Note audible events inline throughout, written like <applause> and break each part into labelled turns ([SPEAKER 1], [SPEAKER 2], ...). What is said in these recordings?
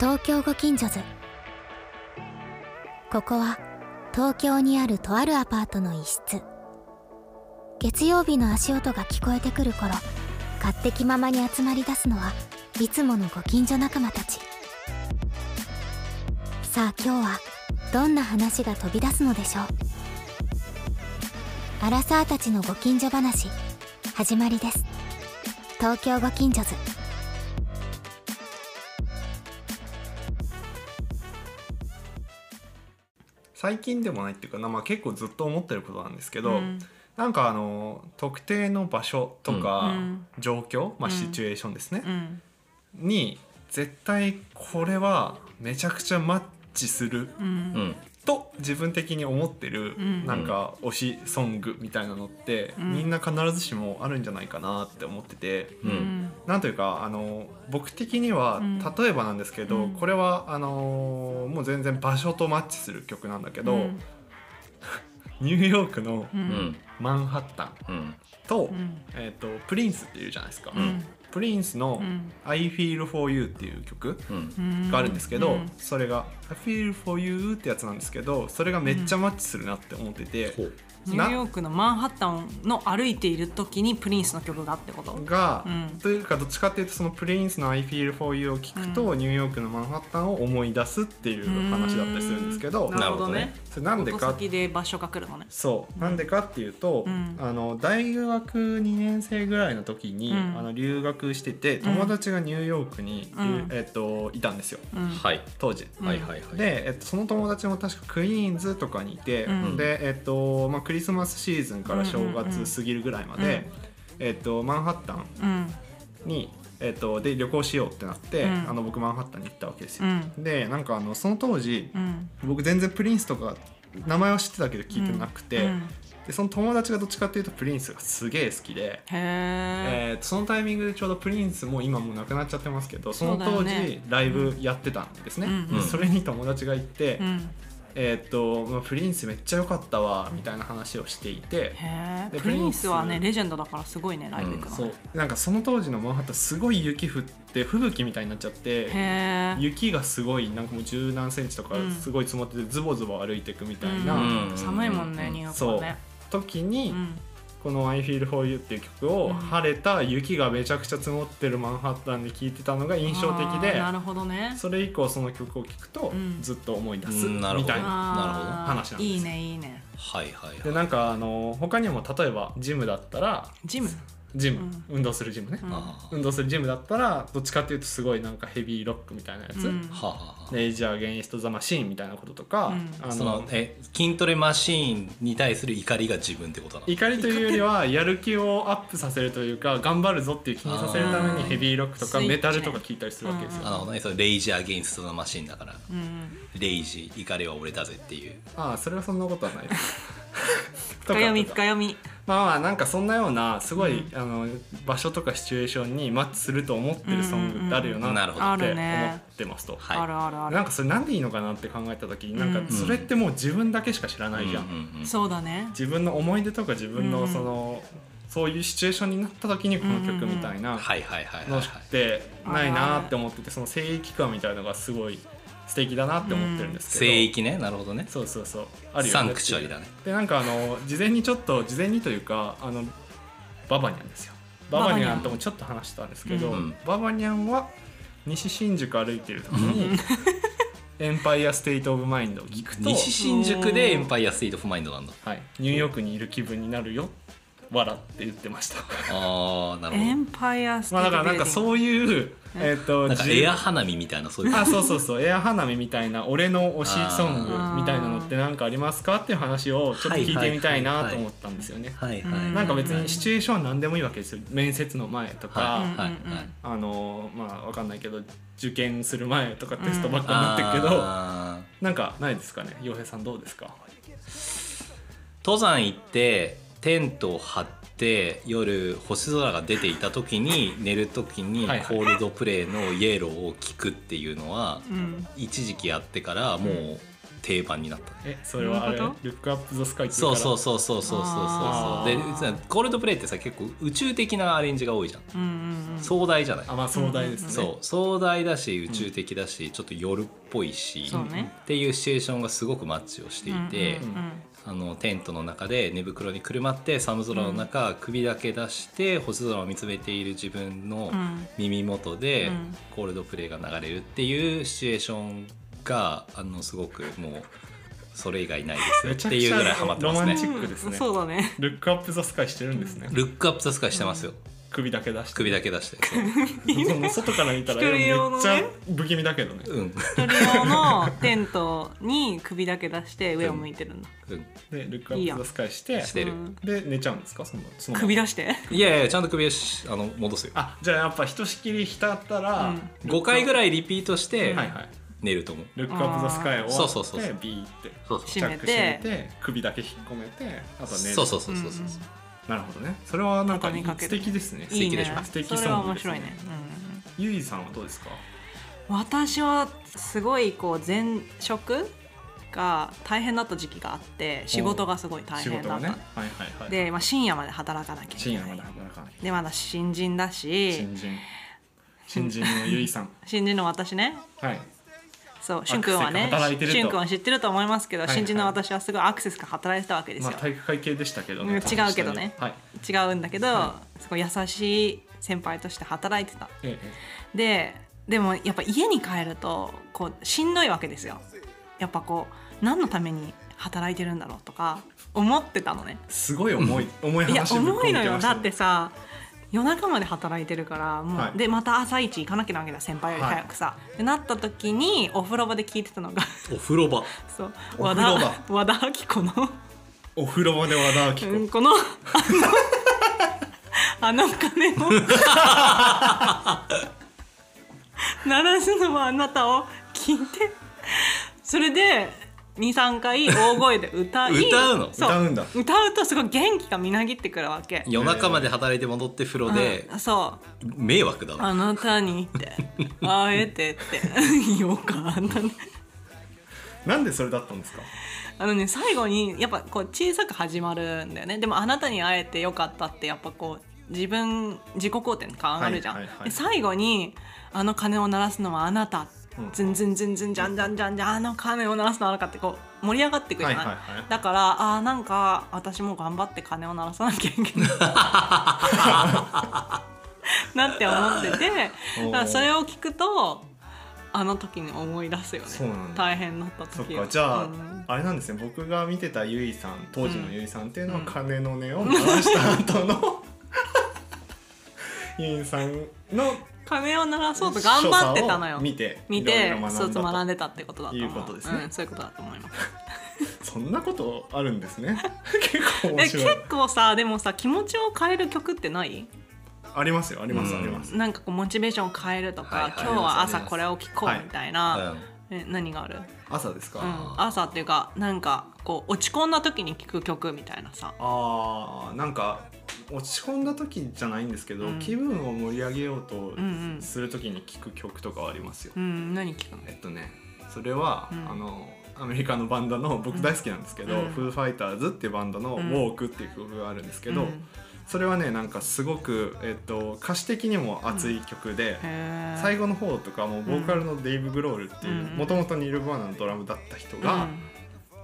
[SPEAKER 1] 東京ご近所図ここは東京にあるとあるアパートの一室月曜日の足音が聞こえてくる頃勝手気ままに集まり出すのはいつものご近所仲間たちさあ今日はどんな話が飛び出すのでしょうアラサーたちのご近所話始まりです東京ご近所図
[SPEAKER 2] 最近でもないっていうかな、まあ、結構ずっと思ってることなんですけど、
[SPEAKER 3] うん
[SPEAKER 2] なんかあの特定の場所とか
[SPEAKER 3] うんうん
[SPEAKER 2] 状況、まあ、
[SPEAKER 3] うん
[SPEAKER 2] シチュエーションですね
[SPEAKER 3] う、ん
[SPEAKER 2] に絶対これはめちゃくちゃマッチする
[SPEAKER 4] う
[SPEAKER 3] う
[SPEAKER 4] んん
[SPEAKER 2] と自分的に思ってる、
[SPEAKER 3] うん
[SPEAKER 2] なんか推しソングみたいなのって、
[SPEAKER 3] うん
[SPEAKER 2] みんな必ずしもあるんじゃないかなって思ってて。
[SPEAKER 4] う
[SPEAKER 3] うんん
[SPEAKER 2] なんというかあの僕的には、
[SPEAKER 3] うん
[SPEAKER 2] 例えばなんですけど、
[SPEAKER 3] うん
[SPEAKER 2] これはあのもう全然場所とマッチする曲なんだけど、
[SPEAKER 3] うん
[SPEAKER 2] <laughs> ニューヨークの
[SPEAKER 3] う
[SPEAKER 4] うんん
[SPEAKER 2] マンハッタン
[SPEAKER 4] うん
[SPEAKER 2] と,、
[SPEAKER 3] うん
[SPEAKER 2] えー、とプリンスっていうじゃないですか、
[SPEAKER 4] うん
[SPEAKER 2] プリンスの
[SPEAKER 3] うん
[SPEAKER 2] 「I Feel for You」っていう曲
[SPEAKER 4] うん
[SPEAKER 3] うん
[SPEAKER 2] があるんですけど、
[SPEAKER 3] うん
[SPEAKER 2] それが「I Feel for You」ってやつなんですけどそれがめっちゃマッチするなって思ってて、
[SPEAKER 4] ほう
[SPEAKER 3] ニューヨークのマンハッタンの歩いている時にプリンスの曲がってこと
[SPEAKER 2] が、
[SPEAKER 3] うん
[SPEAKER 2] というかどっちかっていうとそのプリンスの「I Feel for You」を聞くと、ニューヨークのマンハッタンを思い出すっていう話だったりするんですけど、
[SPEAKER 3] うんなるほど
[SPEAKER 4] なる
[SPEAKER 3] ね
[SPEAKER 2] それなんで
[SPEAKER 3] 音
[SPEAKER 2] か
[SPEAKER 3] 先で場所が来るのね
[SPEAKER 2] そうなんでかっていうと、
[SPEAKER 3] うん
[SPEAKER 2] あの大学2年生ぐらいの時に、
[SPEAKER 3] うん
[SPEAKER 2] あの留学してて友達がニューヨークに、
[SPEAKER 3] うん
[SPEAKER 2] えっと、いたんですよ
[SPEAKER 3] うん
[SPEAKER 4] はい
[SPEAKER 2] 当時。
[SPEAKER 3] うん
[SPEAKER 4] はいはいはい
[SPEAKER 2] で、えっと、その友達も確かクイーンズとかにいて、
[SPEAKER 3] うん
[SPEAKER 2] で、えっとまあ、クリスマスシーズンから正月過ぎるぐらいまで、
[SPEAKER 3] うんうんうん
[SPEAKER 2] えっと、マンハッタン
[SPEAKER 3] うん
[SPEAKER 2] に、えっと、で旅行しようってなって、
[SPEAKER 3] うん
[SPEAKER 2] あの僕マンハッタンに行ったわけです
[SPEAKER 3] う
[SPEAKER 2] よ。
[SPEAKER 3] ん
[SPEAKER 2] でなんかあのその当時
[SPEAKER 3] うん
[SPEAKER 2] 僕全然プリンスとか名前は知ってたけど聞いてなくて、
[SPEAKER 3] うん
[SPEAKER 2] でその友達がどっちかっていうとプリンスがすげえ好きで、
[SPEAKER 3] へ
[SPEAKER 2] え
[SPEAKER 3] え
[SPEAKER 2] ーそのタイミングでちょうどプリンスも今もう亡くなっちゃってますけどその
[SPEAKER 3] そ
[SPEAKER 2] 当
[SPEAKER 3] うだよ
[SPEAKER 2] 時
[SPEAKER 3] ね
[SPEAKER 2] ライブやってたんですね。
[SPEAKER 3] うん
[SPEAKER 2] でそれに友達が行って、
[SPEAKER 3] うん
[SPEAKER 2] えーっとまあプリンスめっちゃ良かったわみたいな話をしていて、
[SPEAKER 3] へ
[SPEAKER 2] で
[SPEAKER 3] えプリンスはね
[SPEAKER 2] プリ
[SPEAKER 3] レジェンドだからすごいねライブ行くの
[SPEAKER 2] そ
[SPEAKER 3] ね
[SPEAKER 2] うなんかその当時のマンハッタンすごい雪降って吹雪みたいになっちゃって
[SPEAKER 3] へえ
[SPEAKER 2] 雪がすごいなんかもう十何センチとか
[SPEAKER 3] うん
[SPEAKER 2] すごい積もっててズボズボ歩いていくみたい
[SPEAKER 3] うん
[SPEAKER 2] な
[SPEAKER 3] 寒いもんねニューヨークはね
[SPEAKER 2] 時に
[SPEAKER 3] うん
[SPEAKER 2] この「I Feel for You」っていう曲を
[SPEAKER 3] うん
[SPEAKER 2] 晴れた雪がめちゃくちゃ積もってるマンハッタンで聴いてたのが印象的
[SPEAKER 3] あー
[SPEAKER 2] で
[SPEAKER 3] なるほどね
[SPEAKER 2] それ以降その曲を聴くと
[SPEAKER 3] うん
[SPEAKER 2] ずっと思い出す
[SPEAKER 4] うんなる
[SPEAKER 2] み
[SPEAKER 4] ほど
[SPEAKER 2] たいな。
[SPEAKER 3] あー
[SPEAKER 2] 話なんですよ
[SPEAKER 3] いいねいいね
[SPEAKER 4] はいはい
[SPEAKER 2] で
[SPEAKER 4] はい
[SPEAKER 2] なんかあの他にも例えばジムだったら
[SPEAKER 3] ジム
[SPEAKER 2] ジム、
[SPEAKER 3] うん
[SPEAKER 2] 運動するジムね
[SPEAKER 3] う、ん
[SPEAKER 4] あー
[SPEAKER 2] 運動するジムだったらどっちかっていうとすごいなんかヘビーロックみたいなやつ、
[SPEAKER 3] う
[SPEAKER 4] は
[SPEAKER 3] ん
[SPEAKER 4] あはあは
[SPEAKER 2] レイジャー・ゲインスト・ザ・マシーンみたいなこととか、
[SPEAKER 3] うん
[SPEAKER 2] あ
[SPEAKER 4] あ
[SPEAKER 2] の
[SPEAKER 4] そのえ筋トレマシーンに対する怒りが自分ってことなの
[SPEAKER 2] 怒りというよりはやる気をアップさせるというか頑張るぞっていう気にさせるために
[SPEAKER 3] あー
[SPEAKER 2] ヘビーロックとか
[SPEAKER 3] スイッチね
[SPEAKER 2] メタルとか聞いたりするわけですよ。
[SPEAKER 4] あなるほどねそれレイジアゲインストのマシーンだから
[SPEAKER 3] うん
[SPEAKER 4] レイジ怒りは俺だぜっていう
[SPEAKER 2] ああそれはそんなことはないです。とか
[SPEAKER 3] 深読み
[SPEAKER 2] と
[SPEAKER 3] 深
[SPEAKER 2] か
[SPEAKER 3] 読み
[SPEAKER 2] まあまあなんかそんなようなすごい、あの場所とかシチュエーションにマッチすると思ってるソングってあるよな
[SPEAKER 4] うんうんうん
[SPEAKER 2] って
[SPEAKER 3] なるほどね
[SPEAKER 2] 思ってますと。
[SPEAKER 4] はい
[SPEAKER 3] あるあるあ
[SPEAKER 2] なん
[SPEAKER 3] る
[SPEAKER 2] かそれなんでいいのかなって考えた時になん
[SPEAKER 3] うん
[SPEAKER 2] かそれってもう自分だけしか知らないじゃん、
[SPEAKER 4] うんうんうん
[SPEAKER 3] そうだね
[SPEAKER 2] 自分の思い出とか自分
[SPEAKER 3] う
[SPEAKER 2] の
[SPEAKER 3] ん
[SPEAKER 2] その、そういうシチュエーションになった時にこの曲みたいな
[SPEAKER 4] はいはいはいは
[SPEAKER 2] の
[SPEAKER 4] い
[SPEAKER 2] っ
[SPEAKER 4] はい
[SPEAKER 2] てないなって思っててその聖域感みたいのがすごい素敵だなって思ってるんですけど、
[SPEAKER 4] 聖域ねなるほどね
[SPEAKER 2] そうそうそうあるよね
[SPEAKER 4] サンクチュアリだね
[SPEAKER 2] でなんかあの事前にちょっと事前にというかあのババニャンですよババニャンともちょっと話したんですけど、
[SPEAKER 4] うん
[SPEAKER 2] ババニャンは西新宿歩いてる時 <laughs> に「エンパイア・ステイト・オブ・マインド」を聞くと、
[SPEAKER 4] 西新宿でエンパイアステイトオブマインドなんだ
[SPEAKER 2] はい、ニューヨークにいる気分になるよ笑って言ってま
[SPEAKER 4] <laughs>
[SPEAKER 2] した
[SPEAKER 4] ああなるほど
[SPEAKER 3] エンパイアステ
[SPEAKER 2] まあだからなんか
[SPEAKER 3] う
[SPEAKER 2] そういうえっ、と
[SPEAKER 4] なんか
[SPEAKER 2] 自由
[SPEAKER 4] エア花見みたいなそういう
[SPEAKER 2] あそうそうそうエア花見みたいな俺の推しソングみたいなのって何かありますかっていう話をちょっと聞いてみたいなと思ったんですよね。
[SPEAKER 4] はいはい
[SPEAKER 3] うん
[SPEAKER 2] なんか別にシチュエーションは何でもいいわけですよ面接の前とか、
[SPEAKER 4] はいはい
[SPEAKER 3] うんうん
[SPEAKER 4] は
[SPEAKER 3] う
[SPEAKER 4] い
[SPEAKER 3] ん
[SPEAKER 2] あのまあわかんないけど受験する前とかテストばっかにな
[SPEAKER 4] あ
[SPEAKER 2] ってる
[SPEAKER 4] ー
[SPEAKER 2] けど、なんかないですかね洋平さんどうですか
[SPEAKER 4] 登山行ってテントを張って夜星空が出ていた時に寝る時にコ
[SPEAKER 2] はいはい
[SPEAKER 4] ールドプレイの「イエロー」を聴くっていうのは
[SPEAKER 3] うん
[SPEAKER 4] 一時期やってからもう定番になった
[SPEAKER 2] えそれはあれ「
[SPEAKER 3] どう
[SPEAKER 2] ル
[SPEAKER 3] いうこ
[SPEAKER 2] ックアップ・ザ・スカイ」ってい
[SPEAKER 4] そううそう
[SPEAKER 2] か
[SPEAKER 4] そうそうそうそうそ
[SPEAKER 2] あ
[SPEAKER 4] うで
[SPEAKER 2] ー
[SPEAKER 4] 実はコールドプレイってさ結構宇宙的なアレンジが多いじゃん、
[SPEAKER 3] うんうんうん
[SPEAKER 4] 壮大じゃない
[SPEAKER 2] らあまあ壮大ですね、
[SPEAKER 4] そう壮大だし宇宙的だし、ちょっと夜っぽいし
[SPEAKER 3] そうね
[SPEAKER 4] っていうシチュエーションがすごくマッチをしていて、
[SPEAKER 3] うんうんうん
[SPEAKER 4] あのテントの中で寝袋にくるまって寒空の中、首だけ出して星空を見つめている自分の
[SPEAKER 3] うん
[SPEAKER 4] 耳元で、
[SPEAKER 3] うん
[SPEAKER 4] コールドプレイが流れるっていうシチュエーションがあのすごくもうそれ以外ない
[SPEAKER 2] め
[SPEAKER 4] で
[SPEAKER 2] ち
[SPEAKER 4] す
[SPEAKER 2] ゃ
[SPEAKER 4] って
[SPEAKER 2] く
[SPEAKER 4] い
[SPEAKER 2] ち
[SPEAKER 4] う
[SPEAKER 2] ゃ
[SPEAKER 4] ぐらいハマってます
[SPEAKER 2] ロマンチ
[SPEAKER 4] ね。
[SPEAKER 2] ックですね
[SPEAKER 3] うんそう
[SPEAKER 2] <laughs>
[SPEAKER 3] だね
[SPEAKER 2] ルックアップ・ザ・スカイしてるんですね、
[SPEAKER 4] ルックアップザスカイしてますよ。
[SPEAKER 2] 首だけ出して
[SPEAKER 4] 首だけ
[SPEAKER 2] <laughs>
[SPEAKER 4] 出して。
[SPEAKER 2] その外から見たら
[SPEAKER 3] <laughs> 一人用の
[SPEAKER 2] めっち
[SPEAKER 3] ね
[SPEAKER 2] ゃ不気味だけどね
[SPEAKER 4] そううん。
[SPEAKER 3] 一人用のテントに首だけ出して上を向いてるんだ
[SPEAKER 4] うん。
[SPEAKER 2] でルックアップ・ザ・スカイして
[SPEAKER 4] してる
[SPEAKER 3] う。ん
[SPEAKER 2] で寝ちゃうんですかそのその
[SPEAKER 3] 首出して
[SPEAKER 4] いやいや、ちゃんと首をしあの戻すよ。
[SPEAKER 2] あじゃあやっぱひとしきり浸ったら、
[SPEAKER 3] うん
[SPEAKER 4] 5回ぐらいリピートし
[SPEAKER 2] は
[SPEAKER 4] て
[SPEAKER 2] いはい
[SPEAKER 4] 寝ると思う。
[SPEAKER 2] ルックアップ・ザ・スカイを
[SPEAKER 4] そうそうそうそう
[SPEAKER 2] でビーって
[SPEAKER 4] そうそう
[SPEAKER 2] チャック
[SPEAKER 3] 閉
[SPEAKER 2] 閉
[SPEAKER 3] め
[SPEAKER 2] め
[SPEAKER 3] て
[SPEAKER 2] て首だけ引っ込めてあと寝る
[SPEAKER 4] そうそうそうそうそう。
[SPEAKER 2] なるほどねそれはなんか
[SPEAKER 3] 畳みかけ
[SPEAKER 2] 素
[SPEAKER 3] る
[SPEAKER 2] 敵ですね
[SPEAKER 3] うんいいね
[SPEAKER 4] 素敵
[SPEAKER 2] 素敵
[SPEAKER 4] でしょ
[SPEAKER 3] そ
[SPEAKER 2] そう
[SPEAKER 3] れは面白いね、
[SPEAKER 2] ゆいさんはどうですか
[SPEAKER 3] うん、私はすごいこう前職が大変だった時期があって仕事がすごい大
[SPEAKER 2] 仕
[SPEAKER 3] 変
[SPEAKER 2] 事が
[SPEAKER 3] だっ
[SPEAKER 2] ね
[SPEAKER 3] た、
[SPEAKER 2] はいはいはい
[SPEAKER 3] で、まあ、深夜まで働かなきゃいけ
[SPEAKER 2] 深
[SPEAKER 3] ない
[SPEAKER 2] 夜まで働かなきゃ
[SPEAKER 3] でまだ新人だし
[SPEAKER 2] 新人新
[SPEAKER 3] <laughs>
[SPEAKER 2] 人のゆいさん
[SPEAKER 3] 新人の私ね
[SPEAKER 2] はい
[SPEAKER 3] そうしゅんくんは
[SPEAKER 2] ア
[SPEAKER 3] ね
[SPEAKER 2] クセスが働いてると
[SPEAKER 3] しゅんくんは知ってると思いますけど、
[SPEAKER 2] はいはい
[SPEAKER 3] 新人の私はすごいアクセスが働いてたわけです
[SPEAKER 2] ま
[SPEAKER 3] よ、
[SPEAKER 2] あ体育会系でしたけど
[SPEAKER 3] うん
[SPEAKER 2] ね
[SPEAKER 3] 違うけどね
[SPEAKER 2] はい
[SPEAKER 3] 違うんだけど、すごい優しい先輩として働いてた
[SPEAKER 2] え
[SPEAKER 3] ででもやっぱ家に帰るとこうしんどいわけですよやっぱこう何のために働いてるんだろうとか思ってたのね
[SPEAKER 2] えすごい重い重い
[SPEAKER 3] いや
[SPEAKER 2] <laughs> 話ぶっ
[SPEAKER 3] 重
[SPEAKER 2] 込
[SPEAKER 3] い
[SPEAKER 2] んで
[SPEAKER 3] の
[SPEAKER 2] き
[SPEAKER 3] よ
[SPEAKER 2] ました
[SPEAKER 3] だ
[SPEAKER 2] ね
[SPEAKER 3] ってさ夜中まで働いてるからもう、
[SPEAKER 2] はい
[SPEAKER 3] でまた朝一行かなきゃなわけだ先輩より早くさ、ってなった時にお風呂場で聞いてたのが
[SPEAKER 4] お風呂場。
[SPEAKER 3] そう
[SPEAKER 2] お
[SPEAKER 3] 和
[SPEAKER 2] 風呂
[SPEAKER 3] 田和田アキ子の
[SPEAKER 2] お風呂場で和田アキ子
[SPEAKER 3] うんこのあのあの鐘を鳴らすのはあなたを聞いてそれで23回大声で歌い
[SPEAKER 4] 歌うの
[SPEAKER 3] そ
[SPEAKER 2] 歌うんだ
[SPEAKER 3] 歌うとすごい元気がみなぎってくるわけ
[SPEAKER 4] 夜中まで働いて戻って風呂で
[SPEAKER 3] うんそう
[SPEAKER 4] 迷惑だな。
[SPEAKER 3] あなたにって会えてって <laughs> よかったね
[SPEAKER 2] なんでそれだったんですか
[SPEAKER 3] あのね最後にやっぱこう小さく始まるんだよねでも「あなたに会えてよかった」ってやっぱこう自分自己肯定感上がるじゃん、
[SPEAKER 2] はいはいはい
[SPEAKER 3] で最後に「あの鐘を鳴らすのはあなた」
[SPEAKER 2] うん
[SPEAKER 3] ずんずんずんずんじゃんじゃんじゃんじゃんあの鐘を鳴らすのはあなたってこう盛り上がってくるじゃない、
[SPEAKER 2] はいはいはい
[SPEAKER 3] だからあーなんか私も頑張って鐘を鳴らさなきゃいけ
[SPEAKER 2] <laughs>
[SPEAKER 3] ないなって思っててだからそれを聞くとあの時に思い出すよね
[SPEAKER 2] そうなんだ
[SPEAKER 3] 大変だった
[SPEAKER 2] そっ
[SPEAKER 3] 時
[SPEAKER 2] かじゃあ、
[SPEAKER 3] うん
[SPEAKER 2] あれなんですね僕が見てたゆいさん当時のゆいさんっていうのは、
[SPEAKER 3] うん
[SPEAKER 2] 鐘の音を鳴らした後
[SPEAKER 3] <laughs>
[SPEAKER 2] のゆいさんの
[SPEAKER 3] 鐘を鳴らそうと頑張ってたの
[SPEAKER 2] 所作
[SPEAKER 3] よ
[SPEAKER 2] を見て
[SPEAKER 3] 見
[SPEAKER 2] い
[SPEAKER 3] て
[SPEAKER 2] ろいろ
[SPEAKER 3] そうそう
[SPEAKER 2] 学
[SPEAKER 3] 学
[SPEAKER 2] ん
[SPEAKER 3] ん
[SPEAKER 2] だ
[SPEAKER 3] でたってことだと思う
[SPEAKER 2] いうことですね
[SPEAKER 3] うん、そういうことだと思います
[SPEAKER 2] とそんなことあるんです
[SPEAKER 3] <laughs>
[SPEAKER 2] ね結構
[SPEAKER 3] え
[SPEAKER 2] 面
[SPEAKER 3] 結
[SPEAKER 2] 白い
[SPEAKER 3] 構さでもさ気持ちを変える曲ってない
[SPEAKER 2] ありますよあります、
[SPEAKER 4] うん
[SPEAKER 2] あります
[SPEAKER 3] なんかこうモチベーションを変えるとか、
[SPEAKER 4] はいはい
[SPEAKER 3] 今日は
[SPEAKER 4] ありますあ
[SPEAKER 3] 朝
[SPEAKER 4] ります
[SPEAKER 3] これを聴こ
[SPEAKER 2] はいう
[SPEAKER 3] みたい
[SPEAKER 4] うん
[SPEAKER 3] な、え何がある、
[SPEAKER 2] 朝ですか、
[SPEAKER 3] う
[SPEAKER 2] あ
[SPEAKER 3] ん、朝っていうかなんかこう落ち込んだ時に聴く曲みたいなさ
[SPEAKER 2] あーなんか落ち込んだ時じゃないんですけど、
[SPEAKER 3] うん
[SPEAKER 2] 気分を盛り上げようと
[SPEAKER 3] んうん
[SPEAKER 2] する時に聴く曲とかはありますよ、
[SPEAKER 3] うん何聴くの
[SPEAKER 2] えっとねそれは、
[SPEAKER 3] うん
[SPEAKER 2] あのアメリカのバンドの僕大好きなんですけど、
[SPEAKER 3] うん
[SPEAKER 2] フーファイターズっていうバンドの「
[SPEAKER 3] う
[SPEAKER 2] ウ
[SPEAKER 3] ん
[SPEAKER 2] ォーク」っていう曲があるんですけど、
[SPEAKER 3] うん
[SPEAKER 2] それはねなんかすごく、えっと、歌詞的にも熱い曲で、
[SPEAKER 3] へー
[SPEAKER 2] 最後の方とかもボーカルのデイブ・グロールっていう
[SPEAKER 3] うん
[SPEAKER 2] もともとニルバーナのドラムだった人
[SPEAKER 3] う
[SPEAKER 2] が、
[SPEAKER 3] ん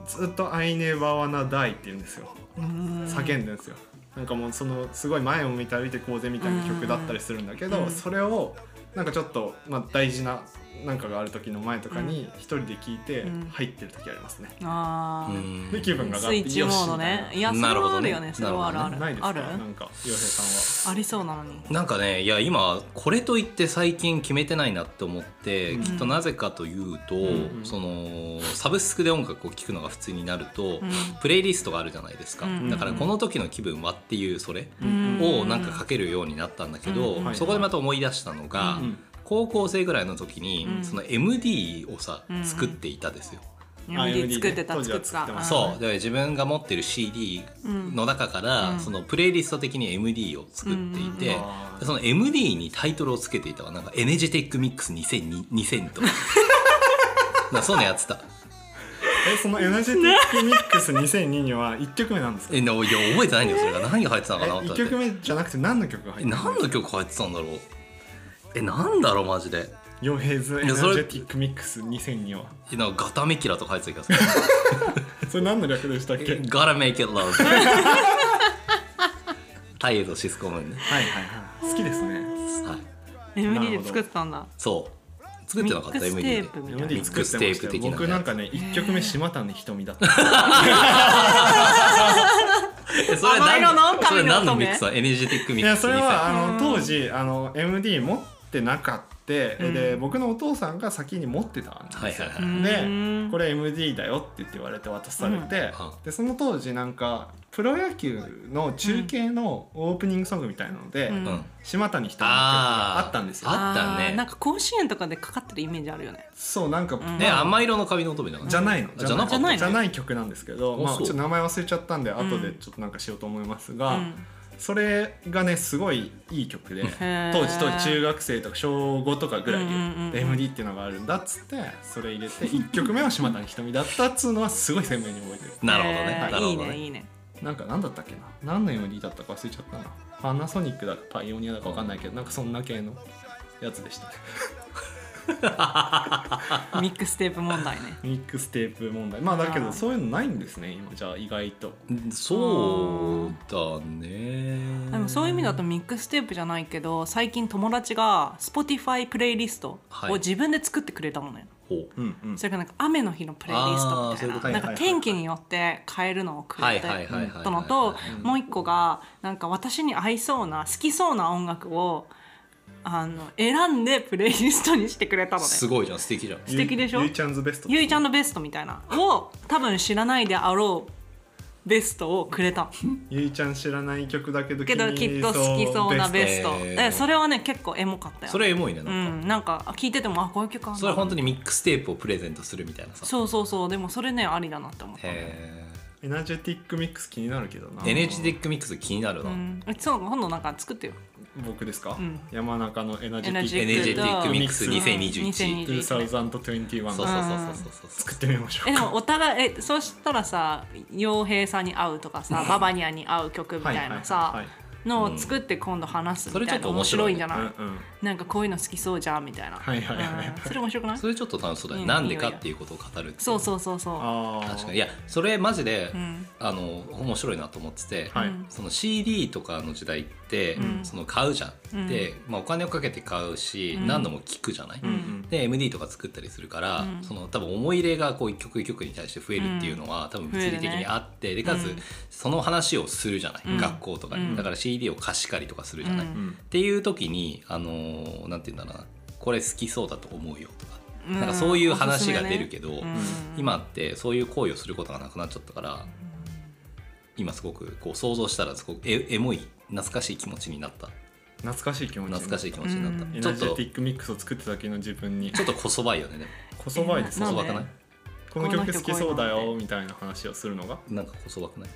[SPEAKER 2] ずっと「I never wanna die」って言うんですよ
[SPEAKER 3] うん
[SPEAKER 2] 叫んでるんですよ。なんかもうそのすごい前を向いて歩いてこうぜみたいな曲だったりするんだけど、
[SPEAKER 3] うん
[SPEAKER 2] それをなんかちょっと、まあ、大事ななんかがある時の前とかに一人で聴いて
[SPEAKER 3] うん
[SPEAKER 2] 入ってる時ありますね。
[SPEAKER 3] あー
[SPEAKER 2] で気分が上が
[SPEAKER 3] ス
[SPEAKER 2] っ
[SPEAKER 3] イ
[SPEAKER 2] て
[SPEAKER 3] ッチモードね
[SPEAKER 2] よしみたい
[SPEAKER 3] いやそれ
[SPEAKER 4] なるほ
[SPEAKER 3] は
[SPEAKER 4] ど
[SPEAKER 3] あ
[SPEAKER 4] ね
[SPEAKER 3] るよねそれはあるある
[SPEAKER 2] なないですか
[SPEAKER 3] ある
[SPEAKER 2] なんか洋平さんは。
[SPEAKER 3] ありそうなのに
[SPEAKER 4] なんかねいや今これといって最近決めてないなって思って、
[SPEAKER 2] うん
[SPEAKER 4] きっとなぜかというと、
[SPEAKER 2] んうん
[SPEAKER 4] そのサブスクで音楽を聴くのが普通になると、
[SPEAKER 3] うん
[SPEAKER 4] プレイリストがあるじゃないですか、
[SPEAKER 3] うん
[SPEAKER 4] だからこの時の気分はっていうそれ
[SPEAKER 2] うん
[SPEAKER 4] をなんかかけるようになったんだけど、
[SPEAKER 3] うん
[SPEAKER 4] そこでまた思い出したのが、
[SPEAKER 2] うん
[SPEAKER 4] 高校生ぐらいの時に、
[SPEAKER 3] うん
[SPEAKER 4] その MD をさ
[SPEAKER 3] うん
[SPEAKER 4] 作っていたですよ。
[SPEAKER 2] あ
[SPEAKER 3] MD 作ってた
[SPEAKER 2] 当時
[SPEAKER 3] 作っ
[SPEAKER 2] は
[SPEAKER 3] て
[SPEAKER 2] 作ってま
[SPEAKER 3] た
[SPEAKER 2] し
[SPEAKER 4] そうだから自分が持ってる CD の中から、
[SPEAKER 3] うん
[SPEAKER 4] そのプレイリスト的に MD を作っていて、
[SPEAKER 3] うん
[SPEAKER 2] あー
[SPEAKER 4] その MD にタイトルをつけていたわなんか「エネジティックミックス2000」2000とかなそういうのやってた
[SPEAKER 2] えそのエナジェティックミックス2002には1曲目なんです
[SPEAKER 3] <laughs>
[SPEAKER 2] か
[SPEAKER 4] えないや覚えてないんだよそれが何が入ってたのかな
[SPEAKER 2] 1曲目じゃなくて何の曲が入
[SPEAKER 4] え
[SPEAKER 2] ってた
[SPEAKER 4] 何の曲入ってたんだろうえなんだろうマジで
[SPEAKER 2] ヨヘズエ
[SPEAKER 4] い
[SPEAKER 2] ナ
[SPEAKER 4] や
[SPEAKER 2] ジ
[SPEAKER 4] それ
[SPEAKER 2] ェティックミックス2002は
[SPEAKER 4] えなんかガタメキラとか入ってた気がする
[SPEAKER 2] それ何の略でしたっけ
[SPEAKER 4] え Gotta make
[SPEAKER 3] <laughs>
[SPEAKER 4] it love 太陽とシスコムーンね
[SPEAKER 2] はいはいはい好きですね
[SPEAKER 4] はい
[SPEAKER 3] MD で作ってたんだ
[SPEAKER 4] そう作ってなかった
[SPEAKER 3] ミッ
[SPEAKER 4] MD
[SPEAKER 3] クステープみたいな
[SPEAKER 2] MD 作ってましたよ僕なんかね1曲目島谷ひとみだ <laughs> った
[SPEAKER 4] でえそれは
[SPEAKER 3] 甘いの
[SPEAKER 4] 何
[SPEAKER 3] の
[SPEAKER 4] それ
[SPEAKER 3] 神の
[SPEAKER 4] 何
[SPEAKER 3] 乙女
[SPEAKER 4] のミックスだエネジェティック
[SPEAKER 2] い
[SPEAKER 4] ミッ
[SPEAKER 2] や
[SPEAKER 4] クス
[SPEAKER 2] それはあの
[SPEAKER 3] うん
[SPEAKER 2] 当時あの MD 持ってなかった
[SPEAKER 3] うん
[SPEAKER 2] で僕のお父さんが先に持ってたんですよ
[SPEAKER 4] はいはい
[SPEAKER 2] で
[SPEAKER 3] ね
[SPEAKER 2] これ MD だよって言って言われて渡されて
[SPEAKER 4] うん
[SPEAKER 2] でその当時なんかプロ野球の中継のオープニングソングみたいなので
[SPEAKER 3] うん
[SPEAKER 4] うん
[SPEAKER 2] 島谷ひとみの曲があったんですよ
[SPEAKER 4] あーあったね
[SPEAKER 3] なんか甲子園とかでかかってるイメージあるよね
[SPEAKER 2] そうなんか
[SPEAKER 3] ん
[SPEAKER 4] ね
[SPEAKER 2] まあ
[SPEAKER 4] 甘色の髪の乙女じゃな
[SPEAKER 2] じゃな
[SPEAKER 4] い
[SPEAKER 2] いの
[SPEAKER 4] あじゃなかった
[SPEAKER 3] じゃないの
[SPEAKER 2] じゃない曲なんですけど、
[SPEAKER 4] あ
[SPEAKER 2] まあ、ち
[SPEAKER 4] そ
[SPEAKER 2] ょ
[SPEAKER 4] う
[SPEAKER 2] っと名前忘れちゃったんで
[SPEAKER 3] ん
[SPEAKER 2] 後でちょっとなんかしようと思います
[SPEAKER 3] う
[SPEAKER 2] が、
[SPEAKER 3] ん
[SPEAKER 2] それがねすごいいい曲で
[SPEAKER 3] ー
[SPEAKER 2] 当時当時中学生とか小5とかぐらいで
[SPEAKER 3] うんうんうんうん
[SPEAKER 2] MD っていうのがあるんだっつってそれ入れ
[SPEAKER 3] <laughs>
[SPEAKER 2] て1曲目は島谷ひとみだったっつうのはすごい鮮明に覚えてる
[SPEAKER 4] なるほどね
[SPEAKER 3] えー
[SPEAKER 4] なるほど
[SPEAKER 3] いいね
[SPEAKER 4] ね
[SPEAKER 3] いいね
[SPEAKER 2] なんか何だったっけな何の MD だったか忘れちゃったなパナソニックだかパイオニアだか分かんないけどなんかそんな系のやつでした <laughs> ね
[SPEAKER 3] ミックステープ問題ね
[SPEAKER 2] ミックステープ問題まあだけ
[SPEAKER 3] あ
[SPEAKER 2] ど
[SPEAKER 3] ー
[SPEAKER 2] そういうのないんですね今じゃあ意外と
[SPEAKER 4] そうだね
[SPEAKER 3] でもそういう意味だとミックステープじゃないけど最近友達が Spotify プレイリスト
[SPEAKER 4] はい
[SPEAKER 3] を自分で作ってくれたのね、
[SPEAKER 4] ほう
[SPEAKER 2] うんうん
[SPEAKER 3] それがなんか雨の日のプレイリストみたいな
[SPEAKER 4] あーそういうことね
[SPEAKER 3] なんか天気によって変えるのをく
[SPEAKER 4] はい
[SPEAKER 3] れて
[SPEAKER 4] はいはいはい
[SPEAKER 3] とのともう一個がなんか私に合いそうな好きそうな音楽をあの選んでプレイリストにしてくれたのね
[SPEAKER 4] すごいじゃん素敵じゃん
[SPEAKER 3] 素敵でしょ
[SPEAKER 2] ゆゆいちゃんズベスト
[SPEAKER 3] ゆいちゃんのベストみたいなを多分知らないであろうベストをくれた
[SPEAKER 2] ゆいちゃん知らない曲だけど
[SPEAKER 3] けどきっと好きそうなベスト
[SPEAKER 4] ベスト
[SPEAKER 3] でそれはね結構エモかったよ
[SPEAKER 4] それエモいねなん
[SPEAKER 3] う
[SPEAKER 4] か、
[SPEAKER 3] んなんか聞いててもあこういう曲あんだ
[SPEAKER 4] それ本当にミックステープをプレゼントするみたいなさ
[SPEAKER 3] そうそうそうでもそれねありだなって思った
[SPEAKER 4] へ
[SPEAKER 2] エナジェティックミックス気になるけどな
[SPEAKER 4] ーエネジティックミックス気になる
[SPEAKER 3] う
[SPEAKER 4] な、
[SPEAKER 3] んえそう今度なんか作ってよ
[SPEAKER 2] 僕ですか、
[SPEAKER 3] うん
[SPEAKER 2] 山中のエナジ
[SPEAKER 3] エナ
[SPEAKER 2] ェ
[SPEAKER 3] ジ
[SPEAKER 2] ティ
[SPEAKER 4] エネジ
[SPEAKER 2] ッ
[SPEAKER 4] ェテ
[SPEAKER 2] ク
[SPEAKER 4] ィックミックス
[SPEAKER 2] うん
[SPEAKER 4] 2021
[SPEAKER 3] 2021
[SPEAKER 2] 2021
[SPEAKER 4] そうそう
[SPEAKER 2] が
[SPEAKER 4] そうそうそうそう
[SPEAKER 2] 作ってみましょ
[SPEAKER 3] え
[SPEAKER 2] う
[SPEAKER 3] で
[SPEAKER 2] か
[SPEAKER 3] もお互いえそしたらさ洋平さんに会うとかさババニャンに会う曲みたいな
[SPEAKER 2] は
[SPEAKER 3] さ
[SPEAKER 2] い
[SPEAKER 3] のを作って今度話すみた
[SPEAKER 4] それちょ
[SPEAKER 3] い
[SPEAKER 4] っ
[SPEAKER 3] な
[SPEAKER 4] と
[SPEAKER 3] 面
[SPEAKER 4] 面
[SPEAKER 3] 白
[SPEAKER 4] 白
[SPEAKER 3] い
[SPEAKER 4] い
[SPEAKER 3] んじ
[SPEAKER 4] ね
[SPEAKER 3] ゃ
[SPEAKER 2] はいはいう
[SPEAKER 3] な
[SPEAKER 2] んうん
[SPEAKER 3] いなんかこういうの好きそうじゃんみたいな
[SPEAKER 2] はいはいはい
[SPEAKER 3] うんそれ面白くない
[SPEAKER 4] それちょっと楽しそうだよ、
[SPEAKER 3] うん
[SPEAKER 4] なんでかっていうことを語るってい
[SPEAKER 3] そうそうそうそ
[SPEAKER 2] あ
[SPEAKER 4] 確かにい
[SPEAKER 2] に
[SPEAKER 4] やそれマジで、
[SPEAKER 3] ううん
[SPEAKER 4] あの面白いなと思ってて、
[SPEAKER 2] はい、
[SPEAKER 3] うん
[SPEAKER 4] その CD とかの時代って、
[SPEAKER 3] うん
[SPEAKER 4] その買うじゃん、
[SPEAKER 3] うん
[SPEAKER 4] で、まあ、お金をかけて買うし、
[SPEAKER 3] うん
[SPEAKER 4] 何度も聞くじゃない、
[SPEAKER 2] うんうん
[SPEAKER 4] で MD とか作ったりするから、
[SPEAKER 3] うん
[SPEAKER 4] その多分思い入れがこう一曲一曲に対して増えるっていうのは、多分物理的にあって、でかつ、
[SPEAKER 3] うん
[SPEAKER 4] その話をするじゃない、
[SPEAKER 3] うん
[SPEAKER 4] 学校とか
[SPEAKER 3] う
[SPEAKER 4] に
[SPEAKER 3] ん
[SPEAKER 4] だから CD を貸し借りとかするじゃない、
[SPEAKER 3] う
[SPEAKER 4] っ
[SPEAKER 3] ん
[SPEAKER 2] うん
[SPEAKER 4] ていう時にあのーなんて言うんだろうなこれ好きそうだと思うよとか、
[SPEAKER 3] うん
[SPEAKER 4] なんかそういう
[SPEAKER 3] おすす
[SPEAKER 4] 話
[SPEAKER 3] め
[SPEAKER 4] が
[SPEAKER 3] ね
[SPEAKER 4] 出るけど、
[SPEAKER 3] うん
[SPEAKER 4] 今ってそういう行為をすることがなくなっちゃったから今すごくこう想像したらすごくエエモい懐かしい気持ちになった
[SPEAKER 2] 懐かしい気持ち
[SPEAKER 4] 懐かしい
[SPEAKER 2] い
[SPEAKER 4] 気持ちになった、
[SPEAKER 3] うん
[SPEAKER 2] エ
[SPEAKER 4] ちょ
[SPEAKER 2] ナ
[SPEAKER 4] っ
[SPEAKER 2] ジェ
[SPEAKER 4] と
[SPEAKER 2] ティックミックスを作ってた時の自分に
[SPEAKER 4] ちょっとこそばいよねでも
[SPEAKER 2] こそばいです
[SPEAKER 3] な
[SPEAKER 4] こ
[SPEAKER 3] ん
[SPEAKER 4] そ
[SPEAKER 3] で
[SPEAKER 4] ばくない
[SPEAKER 2] この曲好きそうだ
[SPEAKER 3] この曲こういうの
[SPEAKER 2] よ
[SPEAKER 3] で
[SPEAKER 2] みたいな話をするのが
[SPEAKER 4] なんかこそばくない、
[SPEAKER 3] うん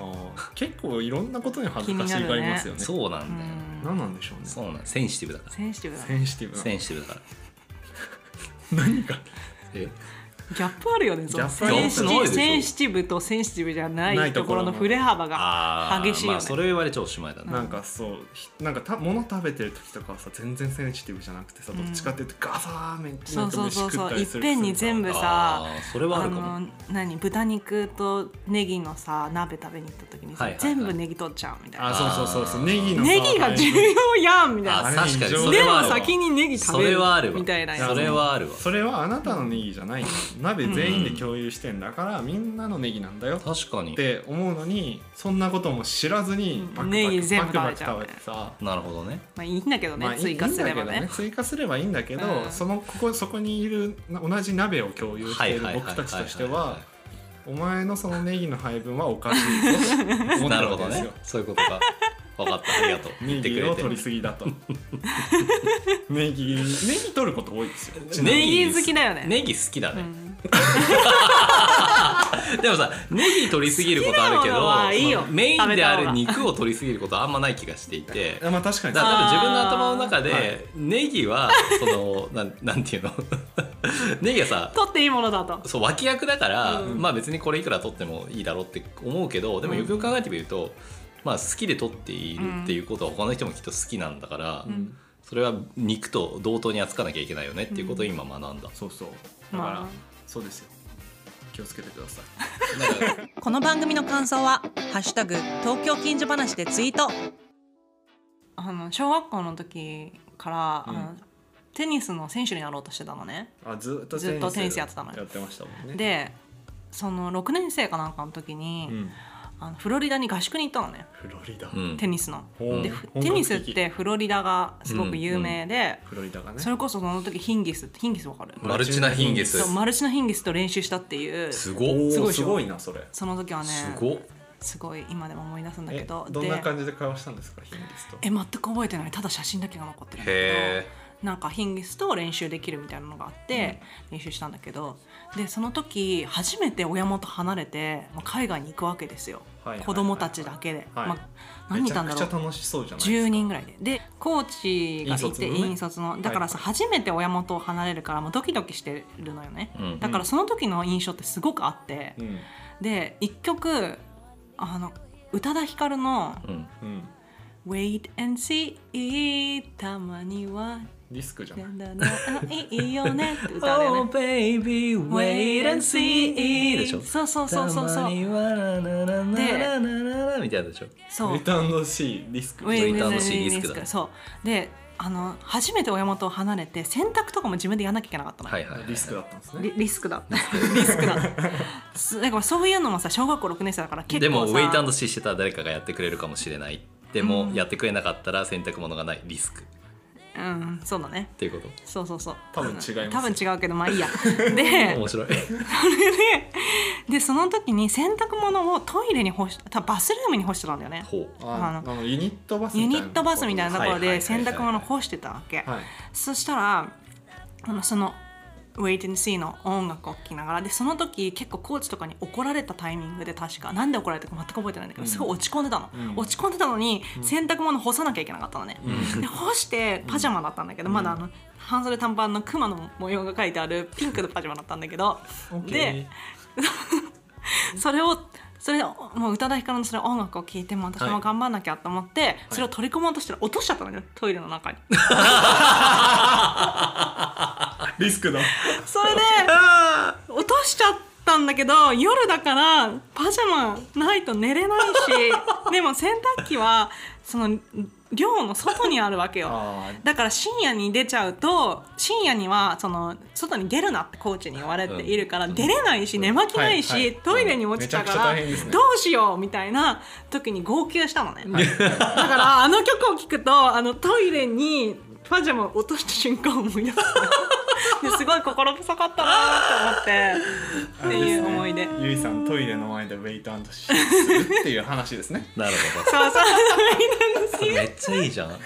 [SPEAKER 2] あー結構いろんなことに恥ずかしがりますよね
[SPEAKER 4] そうなんだよ、
[SPEAKER 3] うん
[SPEAKER 2] 何なんでしょうね
[SPEAKER 4] そうなんセンシティブだか
[SPEAKER 3] センシティブだ
[SPEAKER 2] セ
[SPEAKER 3] ね
[SPEAKER 2] ンシティブ
[SPEAKER 4] ら
[SPEAKER 2] な
[SPEAKER 4] センシティブだから
[SPEAKER 2] <laughs> 何か
[SPEAKER 4] え
[SPEAKER 3] ギャップあるよねその
[SPEAKER 2] ギャップある
[SPEAKER 3] センシテ
[SPEAKER 4] ギャップない
[SPEAKER 3] ィ
[SPEAKER 4] でしょ
[SPEAKER 3] センシティブとセンシティブじゃな
[SPEAKER 2] ないいと
[SPEAKER 3] とこ
[SPEAKER 2] こ
[SPEAKER 3] ろ
[SPEAKER 2] ろ
[SPEAKER 3] の
[SPEAKER 2] の
[SPEAKER 3] 振れ幅
[SPEAKER 4] あー
[SPEAKER 3] が激しいよ
[SPEAKER 4] ま
[SPEAKER 3] ね
[SPEAKER 4] あ、それ言われちゃおしまいだな、
[SPEAKER 2] なんかそうひなんかた物食べてる時とかはさ全然センシティブじゃなくてさどっちかっていうとガサーメンって
[SPEAKER 3] そ
[SPEAKER 2] な
[SPEAKER 3] うん
[SPEAKER 2] か
[SPEAKER 3] そう
[SPEAKER 2] 飯
[SPEAKER 3] そう
[SPEAKER 2] 食
[SPEAKER 3] そ
[SPEAKER 2] った
[SPEAKER 3] うい
[SPEAKER 2] り
[SPEAKER 3] っ
[SPEAKER 2] する
[SPEAKER 3] ぺんに全部さ
[SPEAKER 4] あーそれはあ
[SPEAKER 3] あ
[SPEAKER 4] るかも
[SPEAKER 3] の何豚肉とネギのさ鍋食べに行った時にさ、
[SPEAKER 4] はいはいはい
[SPEAKER 3] 全部ネギ取っちゃうみたいな
[SPEAKER 2] あそうそうそうそうネギのさ
[SPEAKER 3] ネギが重 <laughs> 要やんみたい
[SPEAKER 4] あ
[SPEAKER 3] な
[SPEAKER 2] れ
[SPEAKER 4] 確かに
[SPEAKER 2] 異常
[SPEAKER 4] そ
[SPEAKER 3] で
[SPEAKER 4] れは
[SPEAKER 3] も
[SPEAKER 4] あるわ
[SPEAKER 3] 先にネギ食
[SPEAKER 4] そ
[SPEAKER 3] べ
[SPEAKER 4] れ
[SPEAKER 3] る
[SPEAKER 4] はあるわ
[SPEAKER 3] みたいな
[SPEAKER 4] それはあるわ
[SPEAKER 2] それはあなたのネギじゃないよ鍋全員で共有してんだからみんなのネギなんだよ
[SPEAKER 4] 確かに
[SPEAKER 2] って思うのにそんなことも知らずに
[SPEAKER 3] ん
[SPEAKER 2] バクバ
[SPEAKER 3] ネギ
[SPEAKER 2] ク
[SPEAKER 3] 全
[SPEAKER 2] バ
[SPEAKER 3] 部
[SPEAKER 2] クバク
[SPEAKER 3] 食
[SPEAKER 2] 食
[SPEAKER 3] べ
[SPEAKER 2] べ
[SPEAKER 3] ちゃう
[SPEAKER 2] てさ
[SPEAKER 4] なるほどね
[SPEAKER 3] まあいいんだけどね、
[SPEAKER 2] まあいい
[SPEAKER 3] 追加すれば
[SPEAKER 2] いいんだけ
[SPEAKER 3] ね
[SPEAKER 2] ど追加すればいいんだけど、
[SPEAKER 3] うん
[SPEAKER 2] そのここそこにいるな同じ鍋を共有している僕たちとしてはお前のそのネギの配分はおかしいぞと思っ
[SPEAKER 4] <laughs> な
[SPEAKER 2] た
[SPEAKER 4] る
[SPEAKER 2] わけ
[SPEAKER 4] ほど
[SPEAKER 2] です
[SPEAKER 4] ね
[SPEAKER 2] よ。
[SPEAKER 4] そういうことか分かったありがとう言
[SPEAKER 2] <laughs> ネ
[SPEAKER 4] ってく
[SPEAKER 2] ギ
[SPEAKER 4] れ
[SPEAKER 2] を
[SPEAKER 4] て
[SPEAKER 2] 取りすぎ
[SPEAKER 4] <laughs>
[SPEAKER 2] だとネギネギ取る
[SPEAKER 4] <laughs>
[SPEAKER 2] こと多いですよ
[SPEAKER 3] ネギ好きだよね
[SPEAKER 4] ネギ好きだね、
[SPEAKER 3] うん
[SPEAKER 4] でもさネギ取りすぎることあるけ
[SPEAKER 3] 好きなもの
[SPEAKER 4] ど
[SPEAKER 3] はいいよ
[SPEAKER 4] そのメインであ
[SPEAKER 3] 食べた方
[SPEAKER 4] る
[SPEAKER 3] が
[SPEAKER 4] 肉を取りすぎることはあんまない気がしていて
[SPEAKER 2] あまあ確かに
[SPEAKER 4] だから多分自分の頭の中
[SPEAKER 2] あーは
[SPEAKER 4] でネギはそのなんなんていうの <laughs> ネギはさ
[SPEAKER 3] 取っていいものだと
[SPEAKER 4] そう脇役だから、
[SPEAKER 3] うん
[SPEAKER 4] まあ別にこれいくら取ってもいいだろうって思うけどでもよくよく考えてみると、まあ好きで取っているっていうことは他の人もきっと好きなんだから、
[SPEAKER 3] うん
[SPEAKER 4] それは肉と同等に扱わなきゃいけないよねっていうことを今学んだ。
[SPEAKER 2] そうそうだから、
[SPEAKER 3] まあ
[SPEAKER 2] そうですよ気をつけてください
[SPEAKER 4] なんか
[SPEAKER 5] この番組の感想は「ハッシュタグ東京近所話」でツイート
[SPEAKER 3] あの小学校の時から、
[SPEAKER 2] うん
[SPEAKER 3] あのテニスの選手になろうとしてたのね
[SPEAKER 2] あずっと
[SPEAKER 3] ずっとテニスやってたのよ
[SPEAKER 2] やってましたもんね
[SPEAKER 3] でその6年生かなんかの時に、
[SPEAKER 2] うん、
[SPEAKER 3] あのフロリダに合宿に行ったのね
[SPEAKER 2] フロリダ、
[SPEAKER 4] うん
[SPEAKER 3] テニスの。
[SPEAKER 2] ほう
[SPEAKER 3] で
[SPEAKER 2] 本格的
[SPEAKER 3] テニスってフロリダがすごく有名で、
[SPEAKER 2] フロリダがね
[SPEAKER 3] それこそその時ヒンギスってヒンギスわかる、
[SPEAKER 4] マルチナヒンゲス
[SPEAKER 3] そうマルチのヒンギスと練習したっていう
[SPEAKER 4] す
[SPEAKER 2] お
[SPEAKER 4] ごっ
[SPEAKER 2] ー
[SPEAKER 3] すごいでし
[SPEAKER 2] す
[SPEAKER 3] ょ
[SPEAKER 2] ごいなそれ
[SPEAKER 3] その時はね
[SPEAKER 4] すごっ
[SPEAKER 3] すごい今でも思い出すんだけど
[SPEAKER 2] えどんな
[SPEAKER 3] で
[SPEAKER 2] 感じで会話したんですかヒンギスと
[SPEAKER 3] え全く覚えてないただ写真だけが残ってるんだけ
[SPEAKER 4] へ
[SPEAKER 3] どなんかヒンギスと練習できるみたいなのがあって練習したんだけどでその時初めて親元離れてまあ海外に行くわけですよ、
[SPEAKER 2] はいはいはいはい
[SPEAKER 3] 子供たちだけで、
[SPEAKER 2] はい
[SPEAKER 3] まあ、何
[SPEAKER 2] め
[SPEAKER 3] 人い
[SPEAKER 2] ち
[SPEAKER 3] た
[SPEAKER 2] ゃ
[SPEAKER 3] んだ
[SPEAKER 2] く
[SPEAKER 3] ろ
[SPEAKER 2] ちゃ
[SPEAKER 3] う
[SPEAKER 2] 楽しそうじゃないです
[SPEAKER 3] 10
[SPEAKER 2] か
[SPEAKER 3] 人ぐらいででコーチがい
[SPEAKER 2] 引率
[SPEAKER 3] て
[SPEAKER 2] のね
[SPEAKER 3] 引率のだからさ、
[SPEAKER 2] は
[SPEAKER 3] 初めて親元を離れるからもうドキドキしてるのよね、
[SPEAKER 4] うん
[SPEAKER 3] だからその時の印象ってすごくあって、
[SPEAKER 2] うん
[SPEAKER 3] で一曲あの宇多田ヒカルの
[SPEAKER 4] うん
[SPEAKER 2] うん
[SPEAKER 3] 「Wait and See たまには
[SPEAKER 2] ディスクじゃない <laughs>
[SPEAKER 3] だんだんいいよね」って歌だ
[SPEAKER 4] <laughs>
[SPEAKER 3] よね。
[SPEAKER 4] baby,
[SPEAKER 3] Wait and see
[SPEAKER 4] でしょ
[SPEAKER 3] そうそうそうそう
[SPEAKER 4] た
[SPEAKER 3] そ
[SPEAKER 4] ま
[SPEAKER 3] う
[SPEAKER 4] にはなななななななみたいなでしょ
[SPEAKER 3] そう
[SPEAKER 2] リターンシーディスク
[SPEAKER 3] ウェイウェイウェイウ
[SPEAKER 4] ウェイウェイウェイ
[SPEAKER 3] ェ
[SPEAKER 4] デ
[SPEAKER 3] イ
[SPEAKER 4] ィスクだ
[SPEAKER 3] そうであの初めて親元を離れて洗濯とかも自分でやんなきゃいけなかったのよ
[SPEAKER 4] はいはいはい
[SPEAKER 2] ディスクだったんですね
[SPEAKER 3] リリスクだリスクだすだからそういうのもさ小学校6年生だから結構さ
[SPEAKER 4] でもウェイトシーしてたら誰かがやってくれるかもしれないでも、やってくれなかったら洗濯物がないリスクっ
[SPEAKER 3] うんそうだね
[SPEAKER 4] ていうこと
[SPEAKER 3] そうそうそう
[SPEAKER 2] 多分違います
[SPEAKER 3] 多分違うけどまあいいやで <laughs>
[SPEAKER 4] 面白い
[SPEAKER 3] でその時に洗濯物をトイレに干し多分バスルームに干してたんだよね
[SPEAKER 4] ほう
[SPEAKER 2] あ
[SPEAKER 3] あの
[SPEAKER 2] あのユニットバス
[SPEAKER 3] ユ
[SPEAKER 2] みた
[SPEAKER 3] ニ
[SPEAKER 2] いな
[SPEAKER 3] ットバスみたいなところ
[SPEAKER 4] はい
[SPEAKER 3] で
[SPEAKER 4] はいはいは
[SPEAKER 3] 洗
[SPEAKER 4] い
[SPEAKER 3] 濯物干してたわけ、
[SPEAKER 2] はい
[SPEAKER 3] そしたらあのその「Wait and See」の音楽を聴きながらでその時結構コーチとかに怒られたタイミングで確かなんで怒られたか全く覚えてないんだけど、
[SPEAKER 2] うん
[SPEAKER 3] すごい落ち込んでたの、
[SPEAKER 2] うん
[SPEAKER 3] 落ち込んでたのに、洗濯物干さなきゃいけなかったのね、で干してパジャマだったんだけど、まだあの半袖短パンのクマの模様が書いてあるピンクのパジャマだったんだけど
[SPEAKER 2] オッケー
[SPEAKER 3] でそれをそれをもう宇多田ヒカルのそれ音楽を聴いても私も頑張んなきゃと思って、それを取り込もうとしたら落としちゃったのよトイレの中に。
[SPEAKER 2] リスクだ
[SPEAKER 3] それで落としちゃったんだけど夜だからパジャマないと寝れないしでも洗濯機はその寮の外にあるわけよ
[SPEAKER 2] あ
[SPEAKER 3] だから深夜に出ちゃうと深夜にはその外に出るなってコーチに言われているから、出れないし、寝巻きないし、
[SPEAKER 2] はいはい
[SPEAKER 3] トイレに落ちたか
[SPEAKER 2] うん
[SPEAKER 3] ら、
[SPEAKER 2] めちゃくちゃ大変ですね
[SPEAKER 3] どうしようみたいな時に号泣した
[SPEAKER 2] <laughs>
[SPEAKER 3] のね、だからあの曲を聴くとあのトイレにパジャマを落とした瞬間を思い出すですごい心細かったなと
[SPEAKER 2] <laughs>
[SPEAKER 3] 思ってっていう思い出。
[SPEAKER 2] ゆいさんトイレの前でウェイトシーするっていう話です
[SPEAKER 3] <laughs>
[SPEAKER 2] ね
[SPEAKER 4] なる
[SPEAKER 3] そうそう
[SPEAKER 4] ほどめっちゃいいじゃ
[SPEAKER 3] <laughs>
[SPEAKER 4] ん
[SPEAKER 2] ど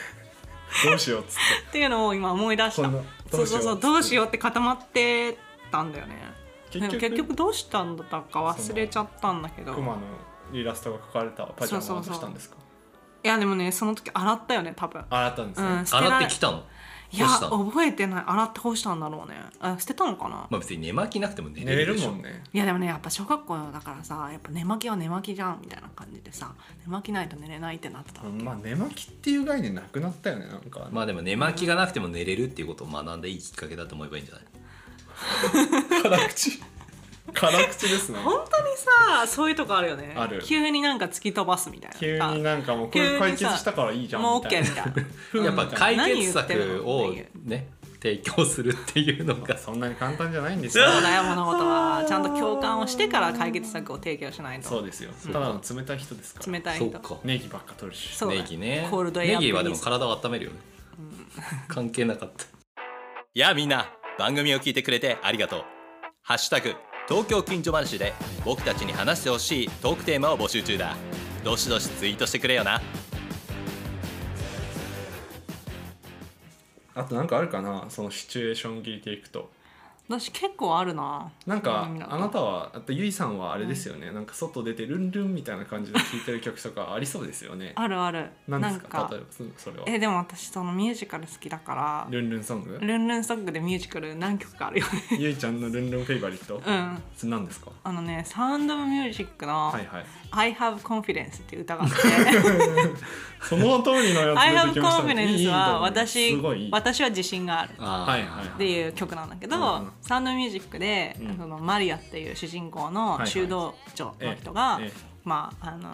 [SPEAKER 2] うしようっつって
[SPEAKER 3] っていうのを今思い出した
[SPEAKER 2] こんな
[SPEAKER 3] そうそうそうど
[SPEAKER 2] ど
[SPEAKER 3] う
[SPEAKER 2] う
[SPEAKER 3] し
[SPEAKER 2] し
[SPEAKER 3] よ
[SPEAKER 2] よ
[SPEAKER 3] うって固まってたんだよねで
[SPEAKER 2] 結局
[SPEAKER 3] も結局どうしたんだったか忘れちゃったんだけど
[SPEAKER 2] クマのイラストが描かれたパジャマを出したんですか
[SPEAKER 3] いやでもねその時洗ったよね多分
[SPEAKER 2] 洗ったんですね、
[SPEAKER 3] うん捨てら
[SPEAKER 4] 洗っ
[SPEAKER 3] れ
[SPEAKER 4] てきたの
[SPEAKER 3] いや
[SPEAKER 4] 干したの
[SPEAKER 3] 覚えてない洗って干したんだろうねあ捨てたのかな
[SPEAKER 4] まあ別に寝巻きなくても寝
[SPEAKER 2] 寝
[SPEAKER 4] れ
[SPEAKER 2] れ
[SPEAKER 4] る
[SPEAKER 2] る
[SPEAKER 4] でしょ
[SPEAKER 2] もんね
[SPEAKER 3] いやでもねやっぱ小学校だからさやっぱ寝巻きは寝巻きじゃんみたいな感じでさ寝巻きないと寝れないってなってた
[SPEAKER 2] うんまあ寝巻きっていう概念なくなったよねなんか、
[SPEAKER 4] まあでも寝巻きがなくても寝れるっていうことを学んでいいきっかけだと思えばいいんじゃない
[SPEAKER 2] 辛口辛口ですね
[SPEAKER 3] <laughs> 本当にさそういうとこあるよね
[SPEAKER 2] ある
[SPEAKER 3] 急になんか突き飛ばすみたいな
[SPEAKER 2] 急になんかもうこ
[SPEAKER 3] 急に
[SPEAKER 2] れ
[SPEAKER 3] さ
[SPEAKER 2] 解決したからいいじゃん
[SPEAKER 3] もう
[SPEAKER 2] みた
[SPEAKER 3] OK
[SPEAKER 2] い
[SPEAKER 3] み
[SPEAKER 2] な <laughs>
[SPEAKER 3] たいな
[SPEAKER 4] やっぱ解決
[SPEAKER 3] 何言って
[SPEAKER 4] 策
[SPEAKER 3] るの
[SPEAKER 4] を
[SPEAKER 3] って
[SPEAKER 4] ね提供するっていうの
[SPEAKER 3] <laughs>
[SPEAKER 4] が
[SPEAKER 2] そんなに簡単じゃないんですよ
[SPEAKER 3] そうだよ物事はちゃんと共感をしてから解決策を提供しないと
[SPEAKER 2] そうですよただの冷たい人ですから
[SPEAKER 3] 冷たい
[SPEAKER 4] そう
[SPEAKER 3] 人
[SPEAKER 4] か
[SPEAKER 2] ネギばっか取るし
[SPEAKER 3] そうだ
[SPEAKER 4] ネギね
[SPEAKER 3] コールドエ
[SPEAKER 4] ネ
[SPEAKER 3] アプリ
[SPEAKER 4] ギ
[SPEAKER 3] ーズ
[SPEAKER 4] はでも体を温めるよね、関係なかったやあみんな番組を聞いてくれてありがとう「ハッシュタグ東京近所話」で僕たちに話してほしいトークテーマを募集中だどしどしツイートしてくれよな
[SPEAKER 2] あとなんかあるかなそのシチュエーション切りていくと
[SPEAKER 3] 私結構あるな
[SPEAKER 2] なんか
[SPEAKER 3] うん
[SPEAKER 2] あなたはあとゆいさんはあれですよね、なんか外出てルンルンみたいな感じで聴いてる曲とかありそうですよね
[SPEAKER 3] あるある
[SPEAKER 2] 何ですか
[SPEAKER 3] なん
[SPEAKER 2] 例えばそそれは
[SPEAKER 3] えでも私そのミュージカル好きだか
[SPEAKER 2] ルンルンソング
[SPEAKER 3] らルンルンソングでミュージカル何曲かあるよ
[SPEAKER 2] <laughs>
[SPEAKER 3] ね
[SPEAKER 2] ゆいちゃんのルンルンフェイバリット、
[SPEAKER 3] うん
[SPEAKER 2] それ何ですか
[SPEAKER 3] あのね「サウンド・オブ・ミュージック」の
[SPEAKER 2] はいはい
[SPEAKER 3] 「I have confidence」っていう歌があって
[SPEAKER 2] <laughs> その通りの
[SPEAKER 3] 「
[SPEAKER 2] や
[SPEAKER 3] I
[SPEAKER 2] つ出て
[SPEAKER 3] have
[SPEAKER 2] きましたねいい
[SPEAKER 3] confidence」
[SPEAKER 2] いいと思
[SPEAKER 3] は
[SPEAKER 2] う
[SPEAKER 3] 私
[SPEAKER 2] すごいいい
[SPEAKER 3] 私は自信がある
[SPEAKER 4] あー
[SPEAKER 2] はいはい
[SPEAKER 3] っていう曲なんだけど、
[SPEAKER 2] うん
[SPEAKER 3] サウンドミュージックで、
[SPEAKER 2] うん
[SPEAKER 3] そのマリアっていう主人公
[SPEAKER 2] はいは
[SPEAKER 3] の
[SPEAKER 2] い
[SPEAKER 3] 修道女の人が、
[SPEAKER 2] ええ
[SPEAKER 3] まああの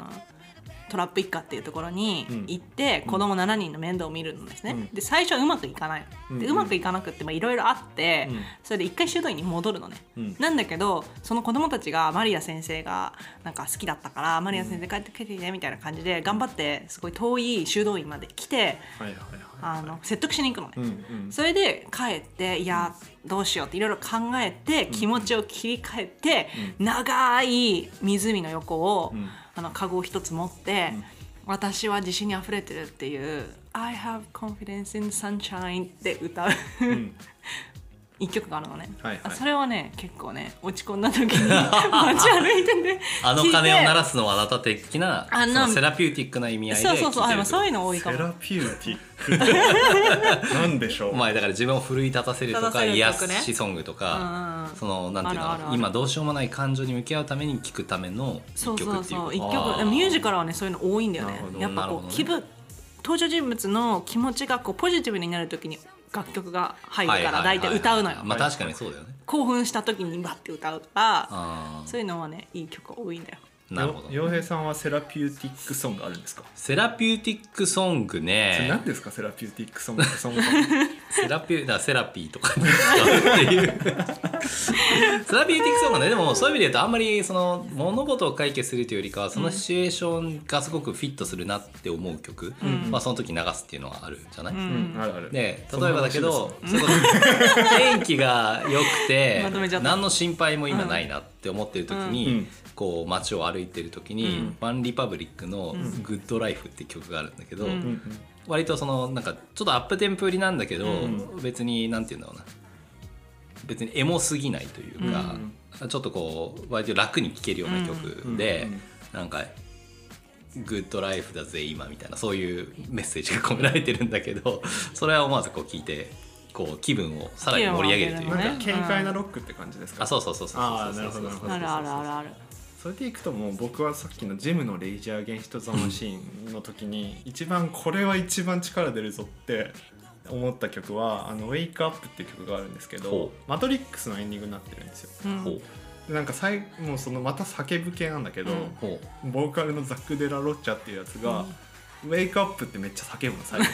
[SPEAKER 3] トラップ一家っていうところに
[SPEAKER 2] うん
[SPEAKER 3] 行って、子供7人の面倒を見るんですね、
[SPEAKER 2] うん
[SPEAKER 3] で最初はうまくいかないので
[SPEAKER 2] うん
[SPEAKER 3] うまくいかなくってまあいろいろあって、
[SPEAKER 2] うん
[SPEAKER 3] それで一回修道院に戻るのね、
[SPEAKER 2] うん
[SPEAKER 3] なんだけどその子供たちがマリア先生がなんか好きだったからマリア先生帰ってきてねみたいな感じで頑張ってすごい遠い修道院まで来て
[SPEAKER 2] はいはいはい
[SPEAKER 3] あの説得しに行くのね、
[SPEAKER 2] うんうん
[SPEAKER 3] それで帰っていやどうしようっていろいろ考えて気持ちを切り替えて、長い湖の横を、
[SPEAKER 2] うん
[SPEAKER 3] あのカゴを一つ持って、私は自信にあふれてるっていう「I have confidence in sunshine」って歌う、
[SPEAKER 2] ん
[SPEAKER 3] <laughs> 一曲があるのね、
[SPEAKER 2] はいはい
[SPEAKER 3] あそれはね結構ね落ち込んだ時
[SPEAKER 4] <laughs>
[SPEAKER 3] に街歩いてね
[SPEAKER 4] あの鐘を鳴ら
[SPEAKER 3] す
[SPEAKER 4] すのはあなた的な
[SPEAKER 3] あの
[SPEAKER 4] そのセラピューティックな意味合いで
[SPEAKER 3] そうそうそ
[SPEAKER 4] 聞い
[SPEAKER 3] う
[SPEAKER 4] て
[SPEAKER 3] あ
[SPEAKER 4] る
[SPEAKER 3] まあそういうの多いか
[SPEAKER 2] セ
[SPEAKER 3] も
[SPEAKER 2] ラピューティックなんでしょう、
[SPEAKER 4] お前だから自分を奮い立たせると
[SPEAKER 3] 立た
[SPEAKER 4] か
[SPEAKER 3] せる
[SPEAKER 4] 癒
[SPEAKER 3] 曲ね
[SPEAKER 4] しソングとか、
[SPEAKER 3] うん
[SPEAKER 4] そのなんていうの
[SPEAKER 3] あるあるある
[SPEAKER 4] 今どうしようもない感情に向き合うために聴くための
[SPEAKER 3] そ
[SPEAKER 4] 一
[SPEAKER 3] う
[SPEAKER 4] 曲
[SPEAKER 3] そう
[SPEAKER 4] っていう
[SPEAKER 3] そう
[SPEAKER 4] こと
[SPEAKER 3] 一
[SPEAKER 4] あ
[SPEAKER 3] 曲
[SPEAKER 4] ー
[SPEAKER 3] ミュージカルはねそういうの多いんだよ
[SPEAKER 4] な
[SPEAKER 3] ね
[SPEAKER 4] るほど
[SPEAKER 3] やっぱ
[SPEAKER 4] なる
[SPEAKER 3] こ
[SPEAKER 4] ほ
[SPEAKER 3] う、
[SPEAKER 4] どね
[SPEAKER 3] 気分登場人物の気持ちがこうポジティブになるときに楽曲が入るから
[SPEAKER 4] はい
[SPEAKER 3] 大
[SPEAKER 4] はいはい
[SPEAKER 3] 体歌うのよ、
[SPEAKER 4] まあ確かにそうだよね
[SPEAKER 3] 興奮した時にバッて歌うから
[SPEAKER 4] あ
[SPEAKER 3] そういうのはねいい曲多いんだよ
[SPEAKER 4] あなるほ
[SPEAKER 2] よ
[SPEAKER 4] ど
[SPEAKER 2] 洋平さんはセラピューティックソングあるんですか
[SPEAKER 4] セラピューティックソング
[SPEAKER 2] それ
[SPEAKER 4] ね
[SPEAKER 2] 何ですかセラピューティックソングってそもそも
[SPEAKER 4] セラピューだからセラピーとかに使うって
[SPEAKER 3] <laughs>
[SPEAKER 4] いうセラピューティックソングねでもそういう意味で言うとあんまりその物事を解決するというよりかはそのシチュエーションがすごくフィットするなって思う曲、まあ、その時流すっていうのはあるじゃない、
[SPEAKER 2] うんあるある
[SPEAKER 4] で
[SPEAKER 2] そ
[SPEAKER 4] 例え
[SPEAKER 2] の話
[SPEAKER 4] ばだけど
[SPEAKER 2] で、
[SPEAKER 4] それこそ天気が良くて
[SPEAKER 3] <laughs> まとめちゃった
[SPEAKER 4] 何の心配も今ないなって思ってる時に、
[SPEAKER 2] うん
[SPEAKER 4] こう街を歩いてる時に、ワンリパブリックの「グッドライフ」って曲があるんだけど、
[SPEAKER 3] うん
[SPEAKER 2] すうんうん
[SPEAKER 4] 割とそのなんかちょっとアップテンポ寄りなんだけど、
[SPEAKER 2] う
[SPEAKER 4] 別になんて言うんだろうな別にエモすぎないというか、ちょっとこう割と楽に聴けるような曲で、
[SPEAKER 2] うんうん
[SPEAKER 4] なんか「グッドライフだぜ今」みたいなそういうメッセージが込められてるんだけ
[SPEAKER 2] <laughs>
[SPEAKER 4] どそれは思わずこう聞いてこう気分をさらに盛り上げるという
[SPEAKER 3] 気分を上げるの
[SPEAKER 4] か
[SPEAKER 3] ね
[SPEAKER 2] なんか軽快なロックって感じですか、
[SPEAKER 4] あそうそうそうそう
[SPEAKER 2] あ
[SPEAKER 4] そ
[SPEAKER 2] ー
[SPEAKER 4] う
[SPEAKER 2] な
[SPEAKER 4] そ
[SPEAKER 2] る
[SPEAKER 4] う
[SPEAKER 2] ほ
[SPEAKER 4] そ
[SPEAKER 2] ど
[SPEAKER 4] う
[SPEAKER 2] なるほど
[SPEAKER 3] あるあるあるある
[SPEAKER 2] それでいくともう僕はさっきのジムのレイジャーゲンヒトザマシーンの時に一番これは一番力出るぞって思った曲は「あのウェイクアップっていう曲があるんですけど
[SPEAKER 4] ほ
[SPEAKER 2] 「マトリックス」のエンディングになってるんですよ。
[SPEAKER 3] うん
[SPEAKER 4] ほう
[SPEAKER 2] でなんかさいもうそのまた叫ぶ系なんだけど、
[SPEAKER 3] うん
[SPEAKER 4] ほ
[SPEAKER 2] ボーカルのザック・デラ・ロッチャっていうやつが「ウェイクアップ」ってめっちゃ叫ぶの最後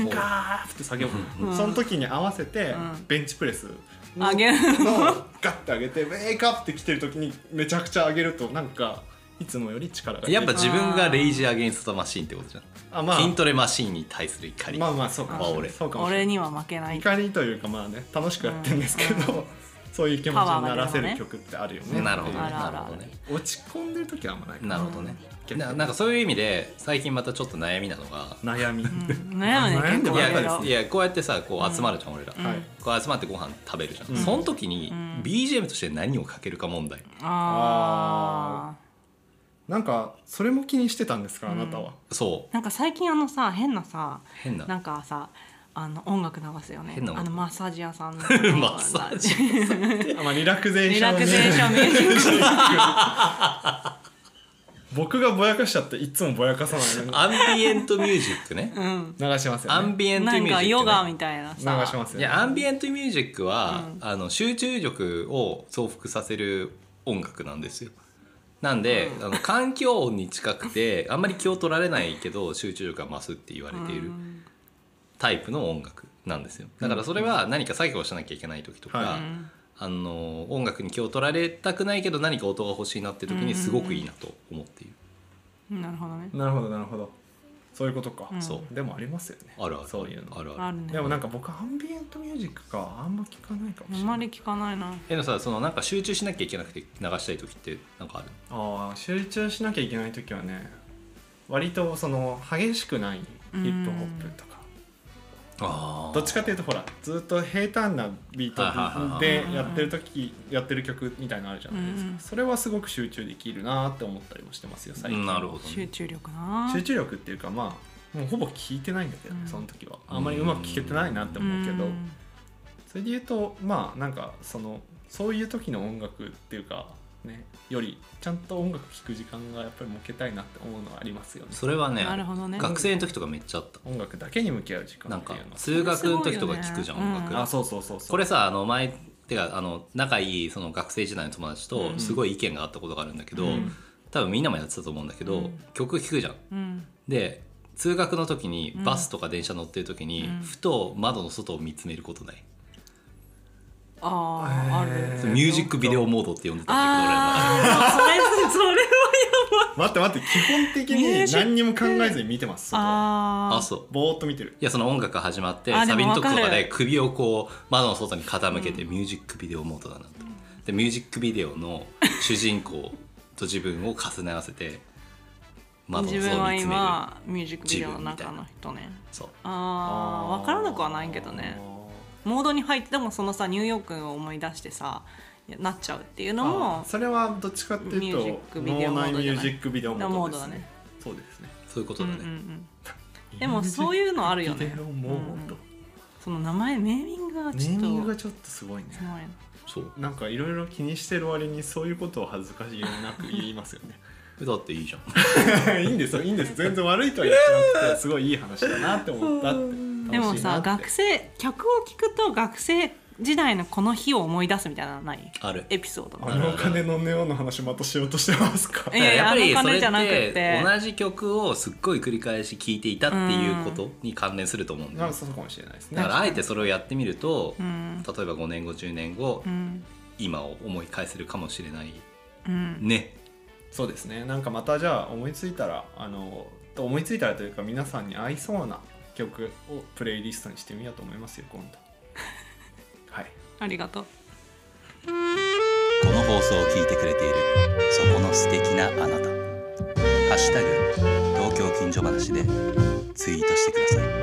[SPEAKER 4] うほう
[SPEAKER 2] ガーって叫ぶの、
[SPEAKER 3] うん
[SPEAKER 2] その時に合わせて
[SPEAKER 3] ん
[SPEAKER 2] ベンチプレスの
[SPEAKER 3] 上げる
[SPEAKER 2] のガッて上げてウェイクアップって来てる時にめちゃくちゃ上げるとなんかいつもより力が
[SPEAKER 4] やっぱ自分がレイジーアゲンストマシーンってことじゃん、
[SPEAKER 2] あ、まあ、
[SPEAKER 4] 筋トレマシーンに対する怒り、
[SPEAKER 2] まあまあそうかもしれない
[SPEAKER 4] 俺
[SPEAKER 2] そうかもしれな
[SPEAKER 3] 俺
[SPEAKER 2] い
[SPEAKER 3] には負けない
[SPEAKER 2] 怒りというかまあね楽しくやってるんですけど、そういう気持ちにならせる曲ってあるよね
[SPEAKER 4] なるほどね
[SPEAKER 3] あるあ
[SPEAKER 4] な
[SPEAKER 3] る
[SPEAKER 4] る
[SPEAKER 3] ある
[SPEAKER 4] ほどね
[SPEAKER 2] 落ち込んでる時はあんまないか
[SPEAKER 4] なるほどね
[SPEAKER 2] うん
[SPEAKER 4] ななんかそういう意味で最近またちょっと悩みなのが
[SPEAKER 2] 悩み、
[SPEAKER 3] 悩むね
[SPEAKER 2] 悩んで
[SPEAKER 3] 結
[SPEAKER 2] も
[SPEAKER 3] 構
[SPEAKER 4] い
[SPEAKER 2] ら
[SPEAKER 4] や
[SPEAKER 2] っ
[SPEAKER 3] いろ
[SPEAKER 2] たで
[SPEAKER 3] いろ
[SPEAKER 2] す
[SPEAKER 4] いやこうやってさこう集まるじゃん、俺ら、
[SPEAKER 2] はい
[SPEAKER 4] こう集まってご飯食べるじゃん、その時に BGM として何をかけるか問題、
[SPEAKER 3] あー
[SPEAKER 2] なんかそれも気にしてたんですかあなたは、
[SPEAKER 4] そう
[SPEAKER 3] なんか最近あのさ変なさ
[SPEAKER 4] 変な
[SPEAKER 3] なんかさあの音楽流すよね
[SPEAKER 4] 変な音
[SPEAKER 3] あのマッサージ屋さんの
[SPEAKER 4] <laughs> マッサージ
[SPEAKER 2] あまあリラクゼー
[SPEAKER 3] リ
[SPEAKER 2] ション
[SPEAKER 3] ラクゼーションミュージック
[SPEAKER 2] 僕がぼやかしちゃっていつもぼやかさないのに
[SPEAKER 4] アンビエントミュージックね、
[SPEAKER 2] 流します
[SPEAKER 4] ア
[SPEAKER 2] よね
[SPEAKER 4] ンビエントミ
[SPEAKER 3] な
[SPEAKER 4] ュー
[SPEAKER 3] ん
[SPEAKER 4] ジック、
[SPEAKER 3] か
[SPEAKER 4] ね、
[SPEAKER 3] ヨガみたいな
[SPEAKER 2] 流し
[SPEAKER 3] さ
[SPEAKER 2] ますよ
[SPEAKER 4] い
[SPEAKER 2] ね
[SPEAKER 4] やアンビエントミュージックは、あの集中力を増幅させる音楽なんですよなんで、あの環境音に近くてあんまり気を取られないけど集中力が増すって言われているタイプの音楽なんですよだからそれは何か作業をしなきゃいけない時とか、
[SPEAKER 2] はい
[SPEAKER 4] あの音楽に気を取られたくないけど何か音が欲しいなって時にすごくいいなと思っている、
[SPEAKER 3] なるほどね
[SPEAKER 2] なるほどなるほどそういうことか、
[SPEAKER 4] そう
[SPEAKER 2] でもありますよね
[SPEAKER 4] あるある
[SPEAKER 2] そういうの
[SPEAKER 4] あるあ
[SPEAKER 3] あ
[SPEAKER 4] る
[SPEAKER 3] るね
[SPEAKER 2] でもなんか僕アンビエントミュージックかあんま聞かないか
[SPEAKER 3] あ
[SPEAKER 2] もしれ
[SPEAKER 3] ん
[SPEAKER 2] な
[SPEAKER 3] ま
[SPEAKER 2] い
[SPEAKER 3] り聞かないな
[SPEAKER 4] えのさそのなんか集中しなきゃいけなくて流したい時ってなんかある
[SPEAKER 2] ああ集中しなきゃいけない時はね割とその激しくないヒップホップとか
[SPEAKER 4] あ
[SPEAKER 2] どっちかっていうとほらずっと平坦なビー
[SPEAKER 4] はいはいはいは
[SPEAKER 2] ト
[SPEAKER 4] い
[SPEAKER 2] でやってる時やってる曲みたいなのあるじゃないですか、
[SPEAKER 3] うん
[SPEAKER 2] それはすごく集中できるなって思ったりもしてますよ最近
[SPEAKER 4] なるほど、
[SPEAKER 3] 集
[SPEAKER 4] ね、
[SPEAKER 3] 中力な
[SPEAKER 2] 集中力っていうかまあもうほぼ聞いてないんだけどね、
[SPEAKER 3] うん
[SPEAKER 2] その時はあんまりうまく聞けてないなって思うけど、
[SPEAKER 3] ん
[SPEAKER 2] それで言うとまあなんかそのそういう時の音楽っていうかねよりちゃんと音楽聴く時間がやっぱり設けたいなって思うのはありますよね
[SPEAKER 4] それはね
[SPEAKER 3] なるほどね
[SPEAKER 4] 学生の時とかめっちゃあった
[SPEAKER 2] 音楽だけに向き合う時間
[SPEAKER 4] なん
[SPEAKER 2] って
[SPEAKER 4] か
[SPEAKER 2] いうのは
[SPEAKER 4] 通学の時とか聞くじゃん、
[SPEAKER 3] すごいよね
[SPEAKER 4] 音楽、
[SPEAKER 3] うん
[SPEAKER 2] あそうそうそうそう
[SPEAKER 4] これさあの前てかあの仲いいその学生時代の友達
[SPEAKER 3] う
[SPEAKER 4] と
[SPEAKER 3] ん
[SPEAKER 4] すごい意見があったことがあるんだけど、
[SPEAKER 2] うん
[SPEAKER 4] 多分みんなもやってたと思うんだけど、
[SPEAKER 3] うん
[SPEAKER 4] 曲聴くじゃん。
[SPEAKER 3] うん
[SPEAKER 4] で通学の時に
[SPEAKER 3] ん
[SPEAKER 4] バスとか電車乗ってる時に、
[SPEAKER 3] うん
[SPEAKER 4] ふと窓の外を見つめることない、
[SPEAKER 3] あーあ
[SPEAKER 2] え
[SPEAKER 3] る
[SPEAKER 2] ー
[SPEAKER 4] ミュージックビデオモードって呼んでたんだ
[SPEAKER 3] あーそれそれはやばい
[SPEAKER 2] 待って待って基本的
[SPEAKER 3] ミュー
[SPEAKER 2] に
[SPEAKER 3] ジック
[SPEAKER 2] 何にも考えずに見てますそこは
[SPEAKER 4] けど俺
[SPEAKER 3] あ
[SPEAKER 4] は
[SPEAKER 3] ー
[SPEAKER 4] あそう
[SPEAKER 2] ぼーっと見てる
[SPEAKER 4] いやその音楽が始まって
[SPEAKER 3] あ
[SPEAKER 4] サ
[SPEAKER 3] で
[SPEAKER 4] ビ
[SPEAKER 3] も
[SPEAKER 4] の
[SPEAKER 3] わ
[SPEAKER 4] 時
[SPEAKER 3] か
[SPEAKER 4] と
[SPEAKER 3] る
[SPEAKER 4] かで首をこう窓の外に傾けてミュージックビデオモードだなと、でミュージックビデオの主人公と自分を重ね合わせて窓の
[SPEAKER 3] 自
[SPEAKER 4] 外
[SPEAKER 3] 分
[SPEAKER 4] を
[SPEAKER 3] は
[SPEAKER 4] 見つめる
[SPEAKER 3] 今ミュージックビデオの中の人ね
[SPEAKER 4] そう
[SPEAKER 3] ああ分からなくはないけどねモードに入ってでもそのさニューヨークを思い出してさなっちゃうっていうの
[SPEAKER 2] あー
[SPEAKER 3] も
[SPEAKER 2] それはどっちかって
[SPEAKER 3] ミ
[SPEAKER 2] いう
[SPEAKER 3] ュージ
[SPEAKER 2] と
[SPEAKER 3] ックビデオモード
[SPEAKER 2] 脳内ミ
[SPEAKER 3] じ
[SPEAKER 2] ュ
[SPEAKER 3] ゃない
[SPEAKER 2] ージックビデオモードですね
[SPEAKER 3] モードだね
[SPEAKER 2] そうですね
[SPEAKER 4] そういうことだね、
[SPEAKER 3] うんうんうん、でもそういうのあるよ
[SPEAKER 2] ビ
[SPEAKER 3] ね
[SPEAKER 2] デオモード、
[SPEAKER 3] その名前ネーミングが
[SPEAKER 2] ネ
[SPEAKER 3] ちょっ
[SPEAKER 2] ー
[SPEAKER 3] と
[SPEAKER 2] ミングがちょっとすごいね
[SPEAKER 3] すごいな
[SPEAKER 4] そう
[SPEAKER 2] なんかいろいろ気にしてる割にそういうことを恥ずかしげもなく言いますよ
[SPEAKER 3] <laughs>
[SPEAKER 4] だっていいじゃん <laughs>
[SPEAKER 2] ねいいんですよいいんです全然悪いとは言ってなくてすごいいい話だなって思ったって
[SPEAKER 3] でもさ
[SPEAKER 2] 楽
[SPEAKER 3] 学
[SPEAKER 2] し
[SPEAKER 3] 生曲を聴くと学生時代のこの日を思い出すみたいなのない
[SPEAKER 4] ある
[SPEAKER 3] エピソード
[SPEAKER 2] いなってあのお金のような話またしようとしてますか
[SPEAKER 3] えいやいや
[SPEAKER 4] やっぱり
[SPEAKER 3] あ
[SPEAKER 4] そ
[SPEAKER 3] の
[SPEAKER 4] れ
[SPEAKER 3] 金
[SPEAKER 4] っ
[SPEAKER 3] じゃなくて
[SPEAKER 4] て同じ曲をすっごい繰り返し聴いていたっていうことに関連すると思うん
[SPEAKER 2] ま
[SPEAKER 4] だよ
[SPEAKER 2] あ
[SPEAKER 4] ね
[SPEAKER 2] そうかもしれないですね
[SPEAKER 4] だからあえてそれをやってみると
[SPEAKER 3] う
[SPEAKER 4] 例え
[SPEAKER 3] ん
[SPEAKER 4] ば5年後10年後
[SPEAKER 3] うん
[SPEAKER 4] 今を思い返せるかもしれない
[SPEAKER 3] うん
[SPEAKER 4] ね
[SPEAKER 2] そうですねなんかまたじゃあ思いついたらあのと思いついたらというか皆さんに合いそうな曲をプレイリストにしてみようと思いますよ今
[SPEAKER 4] <laughs>
[SPEAKER 2] 度はい
[SPEAKER 3] ありがとう
[SPEAKER 6] この放送を聞いてくれているそこの素敵なあなた「ハッシュタグ東京近所話」でツイートしてください